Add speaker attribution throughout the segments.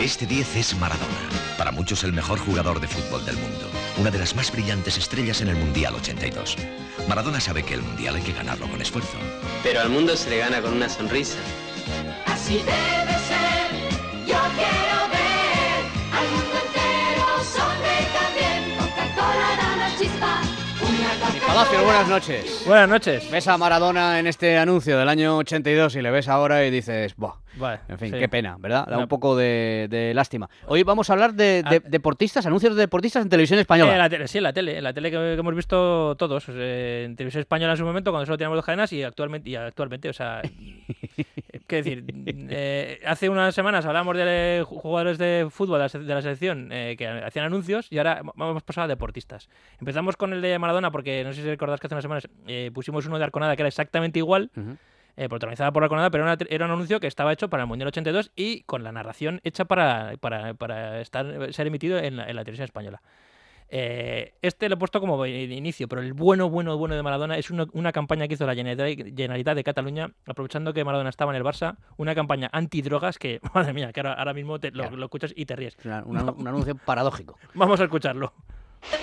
Speaker 1: Este 10 es Maradona, para muchos el mejor jugador de fútbol del mundo, una de las más brillantes estrellas en el Mundial 82. Maradona sabe que el Mundial hay que ganarlo con esfuerzo.
Speaker 2: Pero al mundo se le gana con una sonrisa.
Speaker 3: Así debe ser, yo quiero ver al mundo entero sonreír también. Coca-Cola da la chispa, una
Speaker 4: Palacio, buenas noches.
Speaker 5: Buenas noches.
Speaker 4: Ves a Maradona en este anuncio del año 82 y le ves ahora y dices, buah.
Speaker 5: Vale,
Speaker 4: En fin,
Speaker 5: sí.
Speaker 4: qué pena, ¿verdad? Da
Speaker 5: Una-
Speaker 4: un poco de, de lástima. Hoy vamos a hablar de, de- deportistas, anuncios de deportistas en televisión española.
Speaker 5: Ah. Eh, la tele, sí, la tele, la tele que, que hemos visto todos, eh, en televisión española en su momento, cuando solo teníamos dos cadenas y actualmente, y actualmente o sea, qué decir, eh, hace unas semanas hablábamos de ju- jugadores de fútbol de la, se- de la selección eh, que hacían anuncios y ahora hemos- hemos pasado a deportistas. Empezamos con el de Maradona porque no sé si recordás que hace unas semanas eh, pusimos uno de Arconada que era exactamente igual
Speaker 4: Ujú.
Speaker 5: eh, protagonizada por Arconada, pero era, una- era un anuncio que estaba hecho para el Mundial 82 y con la narración hecha para, para, para estar, ser emitido en la, en la televisión española. Eh, este lo he puesto como de inicio, pero el bueno, bueno, bueno de Maradona es uno- una campaña que hizo la Generalitat Generalitat de Cataluña, aprovechando que Maradona estaba en el Barça, una campaña antidrogas que, madre mía, que ahora, ahora mismo te- lo,
Speaker 4: Claro.
Speaker 5: lo escuchas y te ríes.
Speaker 4: Es una- una- un anuncio paradójico.
Speaker 5: Vamos a escucharlo.
Speaker 4: Pues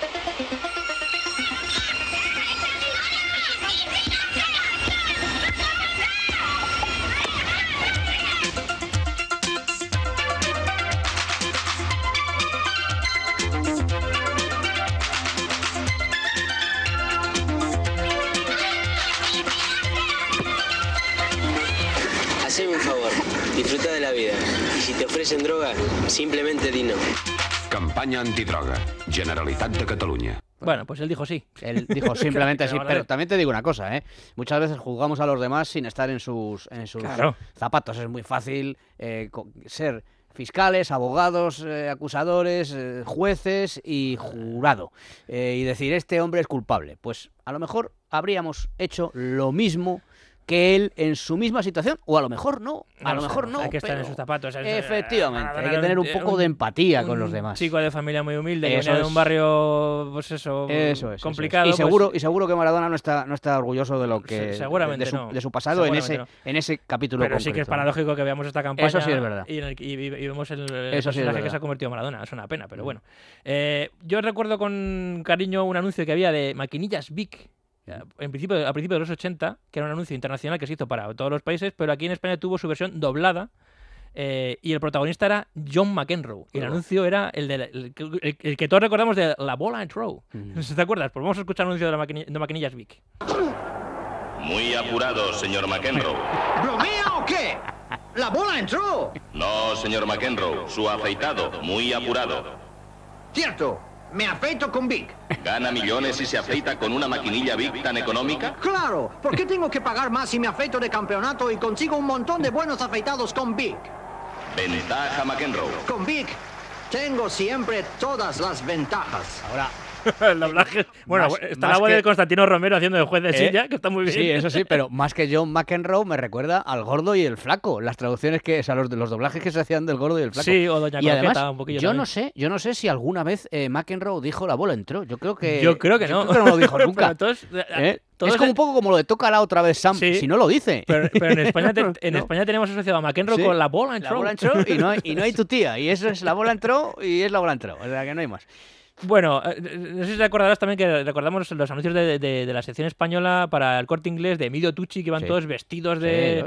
Speaker 2: Haceme un favor, disfruta de la vida. Y si te ofrecen droga, simplemente di no.
Speaker 6: Campanya antidroga. Generalitat de Catalunya.
Speaker 5: Bueno, pues él dijo sí.
Speaker 4: Él dijo simplemente
Speaker 5: Que
Speaker 4: así,
Speaker 5: la verdad
Speaker 4: pero
Speaker 5: es-
Speaker 4: también te digo una cosa, ¿eh? Muchas veces juzgamos a los demás sin estar en sus, en sus
Speaker 5: Claro.
Speaker 4: zapatos. Es muy fácil eh, co- ser fiscales, abogados, eh, acusadores, eh, jueces y jurado. Eh, y decir, este hombre es culpable. Pues a lo mejor habríamos hecho lo mismo que él en su misma situación, o a lo mejor no, a lo
Speaker 5: No lo
Speaker 4: mejor
Speaker 5: sabemos,
Speaker 4: no.
Speaker 5: hay que estar en
Speaker 4: pero
Speaker 5: sus zapatos, es- eh,
Speaker 4: Efectivamente, hay que
Speaker 5: Maradona
Speaker 4: tener un
Speaker 5: era un-
Speaker 4: poco de empatía con los
Speaker 5: un
Speaker 4: demás.
Speaker 5: Chico de familia muy humilde, que
Speaker 4: Eso
Speaker 5: venía de
Speaker 4: es.
Speaker 5: un barrio, pues eso,
Speaker 4: Eso es, eso es.
Speaker 5: complicado.
Speaker 4: Y
Speaker 5: pues,
Speaker 4: seguro, y seguro que Maradona no está, no está orgulloso de lo
Speaker 5: Se-
Speaker 4: que
Speaker 5: seguramente
Speaker 4: de su,
Speaker 5: no.
Speaker 4: de su pasado en ese,
Speaker 5: Seguramente
Speaker 4: en ese capítulo.
Speaker 5: Pero sí que es
Speaker 4: concreto, ¿no?
Speaker 5: paradójico que veamos esta campaña.
Speaker 4: Eso sí es verdad.
Speaker 5: Y, en el- y- y- y vemos el, el
Speaker 4: Eso sí es
Speaker 5: personaje que
Speaker 4: verdad. Mm.
Speaker 5: se ha convertido en Maradona. Es una pena, pero bueno. Eh, yo recuerdo con cariño un anuncio que había de maquinillas Vic. ya, En principio, a principios de los 80, que era un anuncio internacional que se hizo para todos los países, pero aquí en España tuvo su versión doblada. eh, y el protagonista era John McEnroe. Y el
Speaker 4: Oh.
Speaker 5: anuncio era el, de la- el que- el- el que todos recordamos de La Bola and Throw.
Speaker 4: Mm.
Speaker 5: ¿Te acuerdas? Pues vamos a escuchar el anuncio de, la maquini- de Maquinillas Vic.
Speaker 7: Muy apurado, señor McEnroe.
Speaker 8: ¿Bromea o qué? La bola entró.
Speaker 7: No, señor McEnroe, su afeitado, muy apurado.
Speaker 8: Cierto. Me afeito con Vic.
Speaker 7: ¿Gana millones y se afeita con una maquinilla Big tan económica?
Speaker 8: Claro. ¿Por qué tengo que pagar más si me afeito de campeonato y consigo un montón de buenos afeitados con Vic?
Speaker 7: Ventaja McEnroe.
Speaker 8: Con Vic tengo siempre todas las ventajas.
Speaker 4: Ahora,
Speaker 5: El doblaje. Bueno,
Speaker 4: Más-
Speaker 5: está
Speaker 4: más
Speaker 5: la voz
Speaker 4: que-
Speaker 5: de Constantino Romero haciendo de juez de
Speaker 4: ¿Eh?
Speaker 5: silla, que está muy bien.
Speaker 4: sí, eso sí, pero más que John McEnroe me recuerda al gordo y el flaco. Las traducciones que, o sea, los, los doblajes que se hacían del gordo y el flaco.
Speaker 5: Sí, o Doña
Speaker 4: y
Speaker 5: Croqueta,
Speaker 4: además,
Speaker 5: un poquillo
Speaker 4: yo
Speaker 5: también.
Speaker 4: no sé, yo no sé si alguna vez eh, McEnroe dijo la bola entró. Yo creo que
Speaker 5: Yo creo que no.
Speaker 4: lo dijo
Speaker 5: Pero
Speaker 4: nunca.
Speaker 5: todos-
Speaker 4: ¿eh?
Speaker 5: todos-
Speaker 4: es como un poco como lo de toca la otra vez Sam,
Speaker 5: Sí.
Speaker 4: si no lo dice.
Speaker 5: Pero, pero en, España, te- en
Speaker 4: No.
Speaker 5: España tenemos asociado a McEnroe
Speaker 4: Sí.
Speaker 5: con la bola en
Speaker 4: La
Speaker 5: Trump.
Speaker 4: bola entró y no, hay, y no hay tu tía. Y eso es la bola entró y es la bola entró. O sea que no hay más.
Speaker 5: Bueno, eh, eh, no sé si te acordarás también que recordamos los anuncios de, de- de la sección española para el corte inglés de Emilio Tucci, que iban
Speaker 4: Sí.
Speaker 5: todos vestidos de.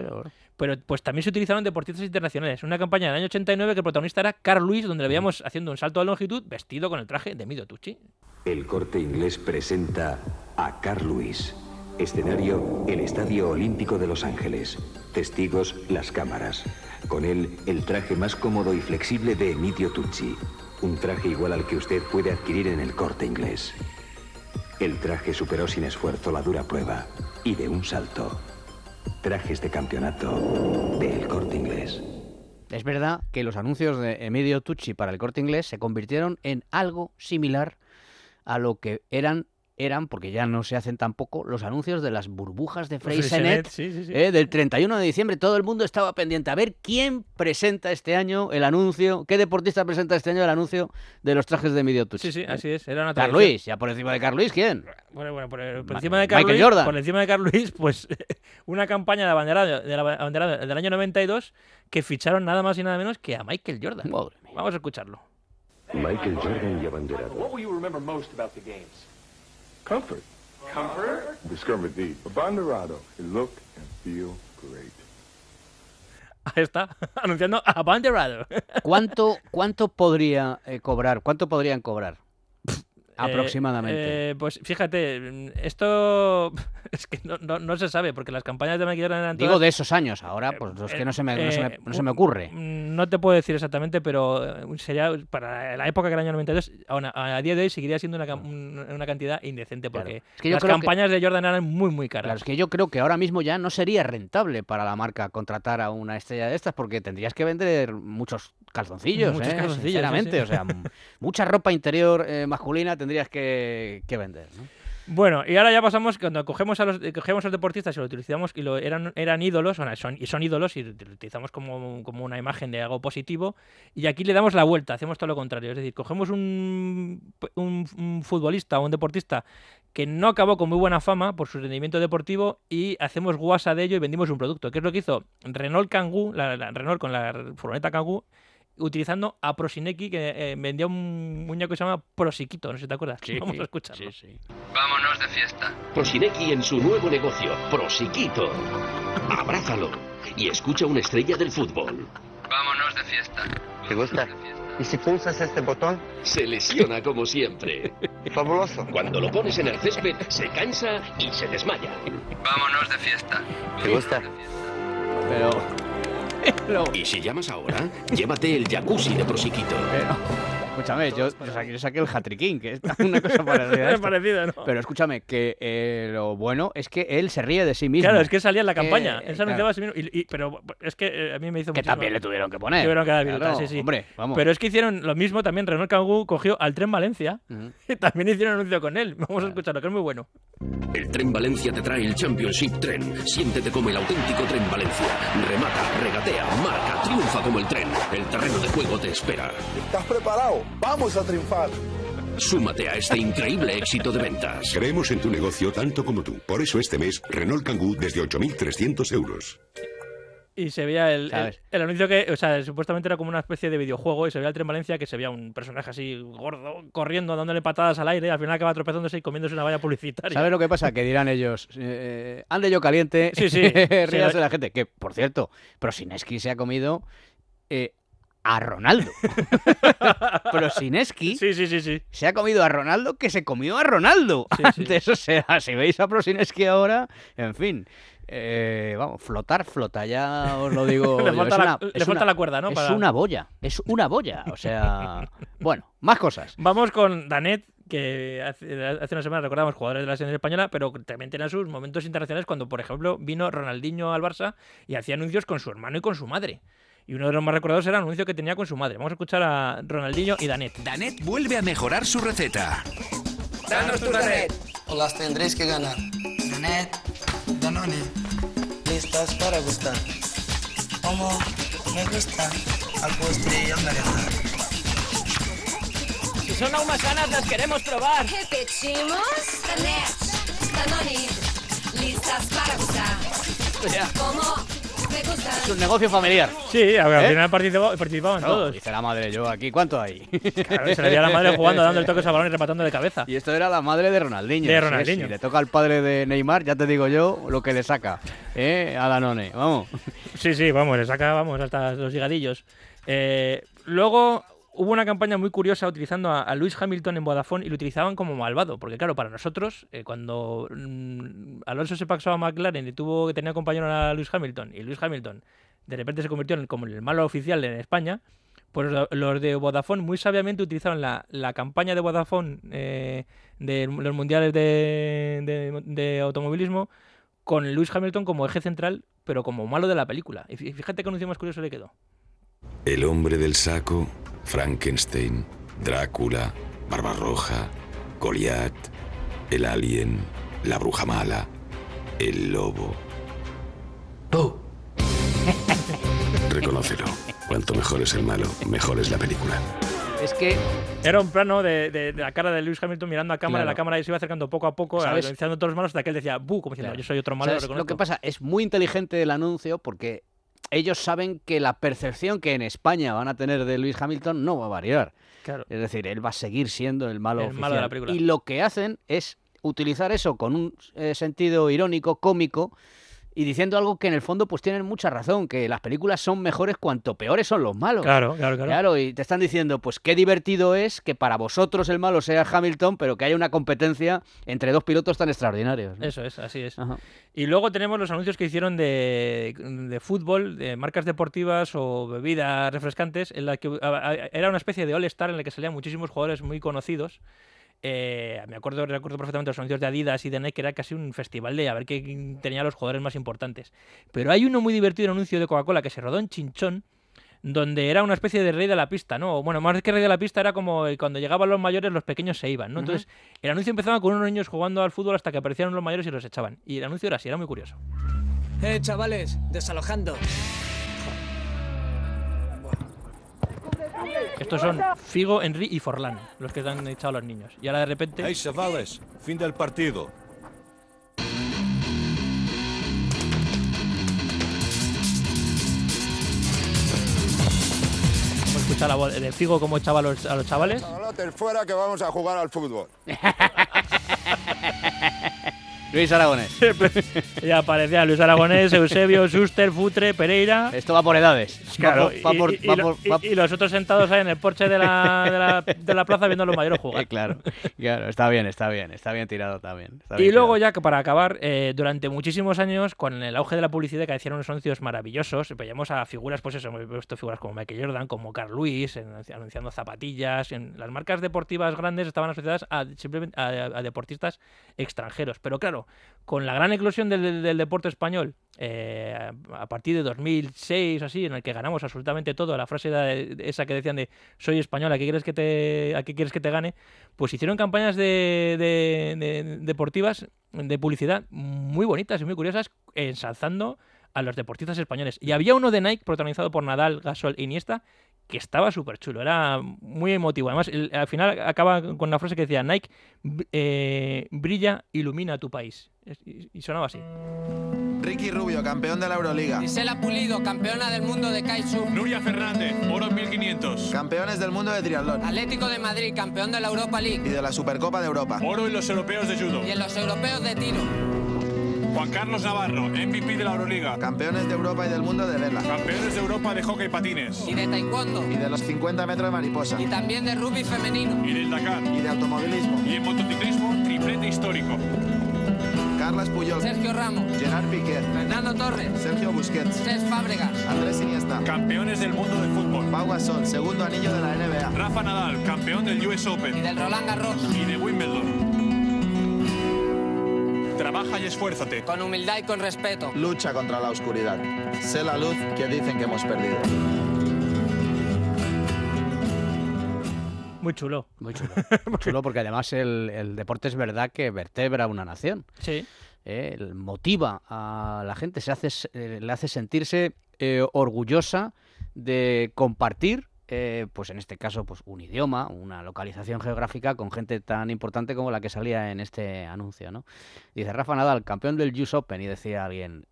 Speaker 5: Pero pues también se utilizaron deportistas internacionales. Una campaña del año 89 que el protagonista era Carl Luis, donde le
Speaker 4: Mm.
Speaker 5: veíamos haciendo un salto de longitud vestido con el traje de Emilio Tucci.
Speaker 9: El corte inglés presenta a Carl Lewis. Escenario, el Estadio Olímpico de Los Ángeles. Testigos, las cámaras. Con él, el traje más cómodo y flexible de Emilio Tucci. Un traje igual al que usted puede adquirir en el corte inglés. El traje superó sin esfuerzo la dura prueba y de un salto. Trajes de campeonato del corte inglés.
Speaker 4: Es verdad que los anuncios de Emilio Tucci para el corte inglés se convirtieron en algo similar a lo que eran, eran porque ya no se hacen tampoco, los anuncios de las burbujas de Freysenet.
Speaker 5: Sí, sí, sí.
Speaker 4: eh, del 31 de diciembre todo el mundo estaba pendiente a ver quién presenta este año el anuncio, qué deportista presenta este año el anuncio de los trajes de Emilio Tucci.
Speaker 5: Sí, sí, así es. Era
Speaker 4: Pues, eh, Carl
Speaker 5: una tradición.
Speaker 4: Luis, ya por encima de Carl Luis, ¿quién?
Speaker 5: Bueno, bueno, por, por
Speaker 4: Ma-
Speaker 5: encima de
Speaker 4: Michael
Speaker 5: Carl Luis,
Speaker 4: Jordan.
Speaker 5: por encima de Carl Luis, pues una campaña de abanderado, de la- abanderado del año 92 que ficharon nada más y nada menos que a Michael Jordan.
Speaker 4: Madre mía.
Speaker 5: Vamos a escucharlo.
Speaker 9: Michael Jordan y abanderado.
Speaker 10: What will you remember most about the games? Comfort. Comfort? Discover the Abanderado. It look and feel great.
Speaker 5: Ahí está, anunciando a Banderado. Eh,
Speaker 4: ¿Cuánto, cuánto podría eh, cobrar? ¿Cuánto podrían cobrar? Aproximadamente.
Speaker 5: Eh, eh, pues fíjate, mm, esto es que no, no- no se sabe, porque las campañas de Michael Jordan eran
Speaker 4: Digo
Speaker 5: todas-
Speaker 4: de esos años ahora, pues los que no se me, no se me- no se me
Speaker 5: eh,
Speaker 4: ocurre.
Speaker 5: mm, No te puedo decir exactamente, pero eh, sería para la época que era el año 92, aún a, a día de hoy seguiría siendo una, cam- un- una cantidad indecente,
Speaker 4: Claro.
Speaker 5: porque
Speaker 4: Es que yo
Speaker 5: las
Speaker 4: creo que-
Speaker 5: campañas de Jordan eran muy, muy
Speaker 4: Claro,
Speaker 5: caras.
Speaker 4: es que yo creo que ahora mismo ya no sería rentable para la marca contratar a una estrella de estas porque tendrías que vender muchos calzoncillos,
Speaker 5: Muchos
Speaker 4: ¿eh?
Speaker 5: calzoncillos, sí,
Speaker 4: sinceramente.
Speaker 5: sí.
Speaker 4: O sea, m- mucha ropa interior eh, masculina tendrías que, que vender. ¿no?
Speaker 5: Bueno, y ahora ya pasamos, cuando cogemos a los, eh, cogemos a los deportistas y lo utilizamos, y lo eran, eran ídolos, bueno, son, y son ídolos, y lo utilizamos como, como una imagen de algo positivo, y aquí le damos la vuelta, hacemos todo lo contrario. Es decir, cogemos un, un, un futbolista o un deportista que no acabó con muy buena fama por su rendimiento deportivo y hacemos guasa de ello y vendimos un producto. ¿Qué es lo que hizo Renault Kangoo, la, la- Renault con la furgoneta Kangoo, utilizando a Prosineki, que eh, vendía un muñeco que se llama Prosiquito, no sé si te acuerdas. Vamos a escucharlo.
Speaker 7: Vámonos de fiesta.
Speaker 11: Prosideki en su nuevo negocio, Prosiquito. Abrázalo y escucha una estrella del fútbol.
Speaker 7: Vámonos de fiesta.
Speaker 11: ¿Te gusta?
Speaker 12: ¿Y si pulsas este botón?
Speaker 11: Se lesiona como siempre.
Speaker 12: Fabuloso.
Speaker 11: Cuando lo pones en el césped, se cansa y se desmaya.
Speaker 7: Vámonos de fiesta.
Speaker 11: ¿Te gusta?
Speaker 4: Pero...
Speaker 11: Y si llamas ahora, llévate el jacuzzi de Prosiquito.
Speaker 4: Escúchame, yo, yo saqué, yo saqué el hatriquín, que es una cosa parecida. a esto.
Speaker 5: Parecido, ¿no?
Speaker 4: Pero escúchame, que eh, lo bueno es que él se ríe de sí mismo.
Speaker 5: Claro, es que salía en la campaña.
Speaker 4: Eh,
Speaker 5: Él se
Speaker 4: claro.
Speaker 5: anunciaba a sí mismo. Y- y- pero es que eh, a mí me hizo
Speaker 4: Que
Speaker 5: muchísima-
Speaker 4: también le tuvieron que poner.
Speaker 5: Tuvieron que dar
Speaker 4: Claro,
Speaker 5: virutas, sí, sí.
Speaker 4: Hombre, vamos.
Speaker 5: Pero es que hicieron lo mismo también. Renault Kangoo cogió al tren Valencia
Speaker 4: Ujú.
Speaker 5: y también hicieron anuncio con él. Vamos a escucharlo, que es muy bueno.
Speaker 11: El Tren Valencia te trae el Championship Tren. Siéntete como el auténtico Tren Valencia. Remata, regatea, marca, triunfa como el tren. El terreno de juego te espera.
Speaker 10: ¿Estás preparado? Vamos a triunfar.
Speaker 11: Súmate a este increíble éxito de ventas.
Speaker 6: Creemos en tu negocio tanto como tú. Por eso este mes, Renault Kangoo desde 8.300 euros.
Speaker 5: Y se veía el, el,
Speaker 4: ¿Sabes?
Speaker 5: el anuncio que, o sea, supuestamente era como una especie de videojuego y se veía el tren Valencia que se veía un personaje así gordo, corriendo, dándole patadas al aire y al final acaba tropezándose y comiéndose una valla publicitaria.
Speaker 4: ¿Sabes lo que pasa? Que dirán ellos, eh, ande yo caliente,
Speaker 5: Sí, sí, sí,
Speaker 4: ríase
Speaker 5: lo-
Speaker 4: la gente. Que, por cierto, Prosineski se ha comido eh, a Ronaldo. Prosineski
Speaker 5: Sí, sí, sí, sí.
Speaker 4: se ha comido a Ronaldo que se comió a Ronaldo.
Speaker 5: Sí, sí.
Speaker 4: Antes, o sea, si veis a Prosineski ahora, en fin. eh, vamos, flotar, flota, ya os lo digo.
Speaker 5: Le
Speaker 4: yo.
Speaker 5: falta
Speaker 4: Es
Speaker 5: la-
Speaker 4: una-
Speaker 5: le
Speaker 4: es
Speaker 5: falta
Speaker 4: una-
Speaker 5: la cuerda, ¿no?
Speaker 4: Es
Speaker 5: Para-
Speaker 4: una boya, es una boya. O sea, bueno, más cosas.
Speaker 5: Vamos con Danet, que hace, hace una semana recordamos jugadores de la selección española, pero también tenía sus momentos internacionales cuando, por ejemplo, vino Ronaldinho al Barça y hacía anuncios con su hermano y con su madre. Y uno de los más recordados era el anuncio que tenía con su madre. Vamos a escuchar a Ronaldinho y Danet.
Speaker 13: Danet vuelve a mejorar su receta.
Speaker 14: Danos tu Danet. O Pues las tendréis que ganar. Danet, Danone. Listas para gustar. Como me gusta al postre y al merendar.
Speaker 15: Si son aún más sanas, las queremos probar.
Speaker 3: Repetimos. Danet, Danone, listas para gustar. Como me gusta.
Speaker 4: Es un negocio familiar.
Speaker 5: Sí, a ver, al
Speaker 4: ¿Eh?
Speaker 5: final participó- participaban
Speaker 4: Claro,
Speaker 5: todos.
Speaker 4: Dice la madre, yo aquí, ¿cuánto hay?
Speaker 5: Claro, se le veía a la madre jugando, dando el toque a balón y rematando de cabeza.
Speaker 4: Y esto era la madre de Ronaldinho.
Speaker 5: De
Speaker 4: Sí,
Speaker 5: Ronaldinho.
Speaker 4: Si le toca al padre de Neymar, ya te digo yo lo que le saca. ¿eh? A Danone, vamos.
Speaker 5: Sí, sí, vamos, le saca, vamos, hasta los ligadillos. luego hubo una campaña muy curiosa utilizando a, Luis Hamilton en Vodafone y lo utilizaban como malvado, porque claro, para nosotros, eh, cuando mm, Alonso se pasó a McLaren y tuvo que tenía compañero a Luis Hamilton, y Luis Hamilton de repente se convirtió en, como el malo oficial en España, pues lo- los de Vodafone muy sabiamente utilizaron la, la campaña de Vodafone eh, de los mundiales de- de- de automovilismo con Lewis Hamilton como eje central, pero como malo de la película. Y fí- fíjate qué anuncio más curioso le quedó.
Speaker 16: El hombre del saco, Frankenstein, Drácula, Barbarroja, Goliat, el alien, la bruja mala, el lobo.
Speaker 6: Reconócelo. Cuanto mejor es el malo, mejor es la película.
Speaker 4: Es que
Speaker 5: Era un plano de, de- de la cara de Lewis Hamilton mirando a cámara,
Speaker 4: Claro.
Speaker 5: la cámara se iba acercando poco a poco,
Speaker 4: ¿Sabes?
Speaker 5: analizando todos los malos, hasta que él decía, ¡bu! Como diciendo,
Speaker 4: Claro.
Speaker 5: yo soy otro malo, lo
Speaker 4: ¿Sabes? Lo
Speaker 5: reconozco".
Speaker 4: que pasa es muy inteligente el anuncio porque ellos saben que la percepción que en España van a tener de Luis Hamilton no va a variar.
Speaker 5: Claro.
Speaker 4: Es decir, él va a seguir siendo el malo
Speaker 5: El
Speaker 4: oficial.
Speaker 5: malo de la película.
Speaker 4: Y lo que hacen es utilizar eso con un eh, sentido irónico, cómico, y diciendo algo que en el fondo pues tienen mucha razón, que las películas son mejores cuanto peores son los malos.
Speaker 5: Claro, claro, claro.
Speaker 4: y te están diciendo, pues qué divertido es que para vosotros el malo sea Hamilton, pero que haya una competencia entre dos pilotos tan extraordinarios. ¿no?
Speaker 5: Eso es, así es. Y luego tenemos los anuncios que hicieron de, de fútbol, de marcas deportivas o bebidas refrescantes, en la que a- a- era una especie de all-star en la que salían muchísimos jugadores muy conocidos. Eh, me acuerdo, recuerdo perfectamente los anuncios de Adidas y de Nike, era casi un festival de a ver quién tenía los jugadores más importantes. Pero hay uno muy divertido anuncio de Coca-Cola que se rodó en Chinchón, donde era una especie de rey de la pista, ¿no? O, Bueno, más que rey de la pista era como eh, cuando llegaban los mayores, los pequeños se iban, ¿no?
Speaker 17: Ujú.
Speaker 5: Entonces, el anuncio empezaba con unos niños jugando al fútbol hasta que aparecieron los mayores y los echaban. Y el anuncio era así, era muy curioso.
Speaker 17: Eh, chavales, desalojando.
Speaker 5: Estos son Figo, Henry y Forlán, los que han echado a los niños. Y ahora de repente...
Speaker 18: Hey, chavales, fin del partido.
Speaker 5: Hemos escuchado la voz de Figo cómo echaba a los, a los chavales.
Speaker 19: Chavalotes, fuera que vamos a jugar al fútbol.
Speaker 4: Luis Aragonés.
Speaker 5: ya aparecía Luis Aragonés, Eusebio, Schuster, Futre, Pereira.
Speaker 4: Esto va por edades.
Speaker 5: Claro,
Speaker 4: Va por- va por-
Speaker 5: y- y- y
Speaker 4: va
Speaker 5: lo-
Speaker 4: por- va-
Speaker 5: y- y los otros sentados ahí en el porche de la, de la- de la plaza viendo a los mayores jugar.
Speaker 4: eh, claro, claro, está bien, está bien, está bien tirado también. está
Speaker 5: Y
Speaker 4: bien
Speaker 5: luego ya que para acabar, eh, durante muchísimos años, con el auge de la publicidad, que hicieron unos anuncios maravillosos, veíamos a figuras, pues eso, hemos visto figuras como Michael Jordan, como Carl Lewis, en- anunciando zapatillas, en- las marcas deportivas grandes estaban asociadas a, simplemente a, a deportistas extranjeros. Pero claro, con la gran eclosión del, del- del deporte español, eh, a partir de 2006 o así, en el que ganamos absolutamente todo, la frase de- de esa que decían de soy español, ¿a qué quieres que te, a qué quieres que te gane? Pues hicieron campañas de, de- de- deportivas, de publicidad, muy bonitas y muy curiosas, ensalzando a los deportistas españoles. Y había uno de Nike protagonizado por Nadal, Gasol e Iniesta, que estaba súper chulo, era muy emotivo. Además, el- al final acaba con una frase que decía, Nike, br- eh, brilla, ilumina tu país. Es- Y, y sonaba así.
Speaker 20: Ricky Rubio, campeón de la Euroliga.
Speaker 15: Gisela Pulido, campeona del mundo de Kaisu.
Speaker 20: Nuria Fernández, oro en 1500. Campeones del mundo de triatlón.
Speaker 15: Atlético de Madrid, campeón de la Europa League.
Speaker 20: Y de la Supercopa de Europa. Oro en los europeos de judo.
Speaker 15: Y en los europeos de tiro.
Speaker 20: Juan Carlos Navarro, MVP de la Euroliga. Campeones de Europa y del mundo de vela. Campeones de Europa de hockey patines.
Speaker 15: Y de taekwondo.
Speaker 20: Y de los 50 metros de mariposa.
Speaker 15: Y también de rugby femenino.
Speaker 20: Y del Dakar. Y de automovilismo. Y en motociclismo, triplete histórico. Carles Puyol.
Speaker 15: Sergio Ramos.
Speaker 20: Gerard Piqué.
Speaker 15: Fernando Torres.
Speaker 20: Sergio Busquets.
Speaker 15: Cesc Fábregas.
Speaker 20: Andrés Iniesta. Campeones del mundo del fútbol. Pau Gasol, segundo anillo de la NBA. Rafa Nadal, campeón del US Open.
Speaker 15: Y del Roland Garros.
Speaker 20: Y de Wimbledon. Trabaja y esfuérzate.
Speaker 15: Con humildad y con respeto.
Speaker 20: Lucha contra la oscuridad. Sé la luz que dicen que hemos perdido.
Speaker 5: Muy chulo.
Speaker 4: Muy chulo. chulo porque además el, el deporte es verdad que vertebra una nación.
Speaker 5: Sí.
Speaker 4: Eh, el- motiva a la gente, se hace, s- eh, le hace sentirse eh, orgullosa de compartir, eh, pues en este caso, pues un idioma, una localización geográfica con gente tan importante como la que salía en este anuncio, ¿no? Dice Rafa Nadal, campeón del US Open, y decía alguien...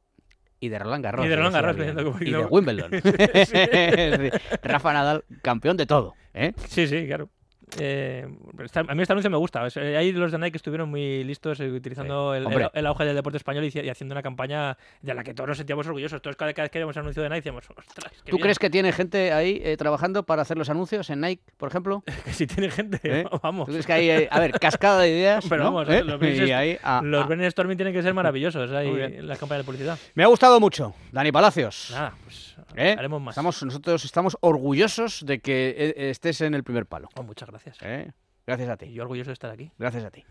Speaker 4: Y de Roland Garros.
Speaker 5: Y de
Speaker 4: le
Speaker 5: Roland
Speaker 4: decía
Speaker 5: Garros,
Speaker 4: alguien,
Speaker 5: leyendo como-
Speaker 4: y de Wimbledon. Es decir, Rafa Nadal, campeón de todo. ¿eh?
Speaker 5: Sí, sí, claro. Eh, está- a mí este anuncio me gusta. O sea, ahí los de Nike estuvieron muy listos eh, utilizando el,
Speaker 4: hombre.
Speaker 5: el, el auge del deporte español y, y haciendo una campaña de la que todos nos sentíamos orgullosos. Todos cada, cada vez que veíamos un anuncio de Nike decíamos, ostras, qué
Speaker 4: ¿Tú
Speaker 5: bien".
Speaker 4: crees que tiene gente ahí eh, trabajando para hacer los anuncios en Nike, por ejemplo?
Speaker 5: Que si tiene gente,
Speaker 4: ¿Eh?
Speaker 5: vamos.
Speaker 4: ¿Tú crees que hay, eh, a ver, cascada de ideas,
Speaker 5: Pero
Speaker 4: ¿no?
Speaker 5: vamos,
Speaker 4: ¿Eh?
Speaker 5: los,
Speaker 4: Y ahí, ah,
Speaker 5: los
Speaker 4: ah.
Speaker 5: brainstorming tienen que ser maravillosos ahí
Speaker 4: Muy
Speaker 5: en las campañas de publicidad.
Speaker 4: Me ha gustado mucho, Dani Palacios.
Speaker 5: Nada, pues
Speaker 4: ¿Eh?
Speaker 5: haremos más.
Speaker 4: Estamos, nosotros estamos orgullosos de que eh, estés en el primer palo.
Speaker 5: Oh, muchas gracias.
Speaker 4: ¿Eh? Gracias a ti.
Speaker 5: Yo orgulloso de estar aquí.
Speaker 4: Gracias a ti.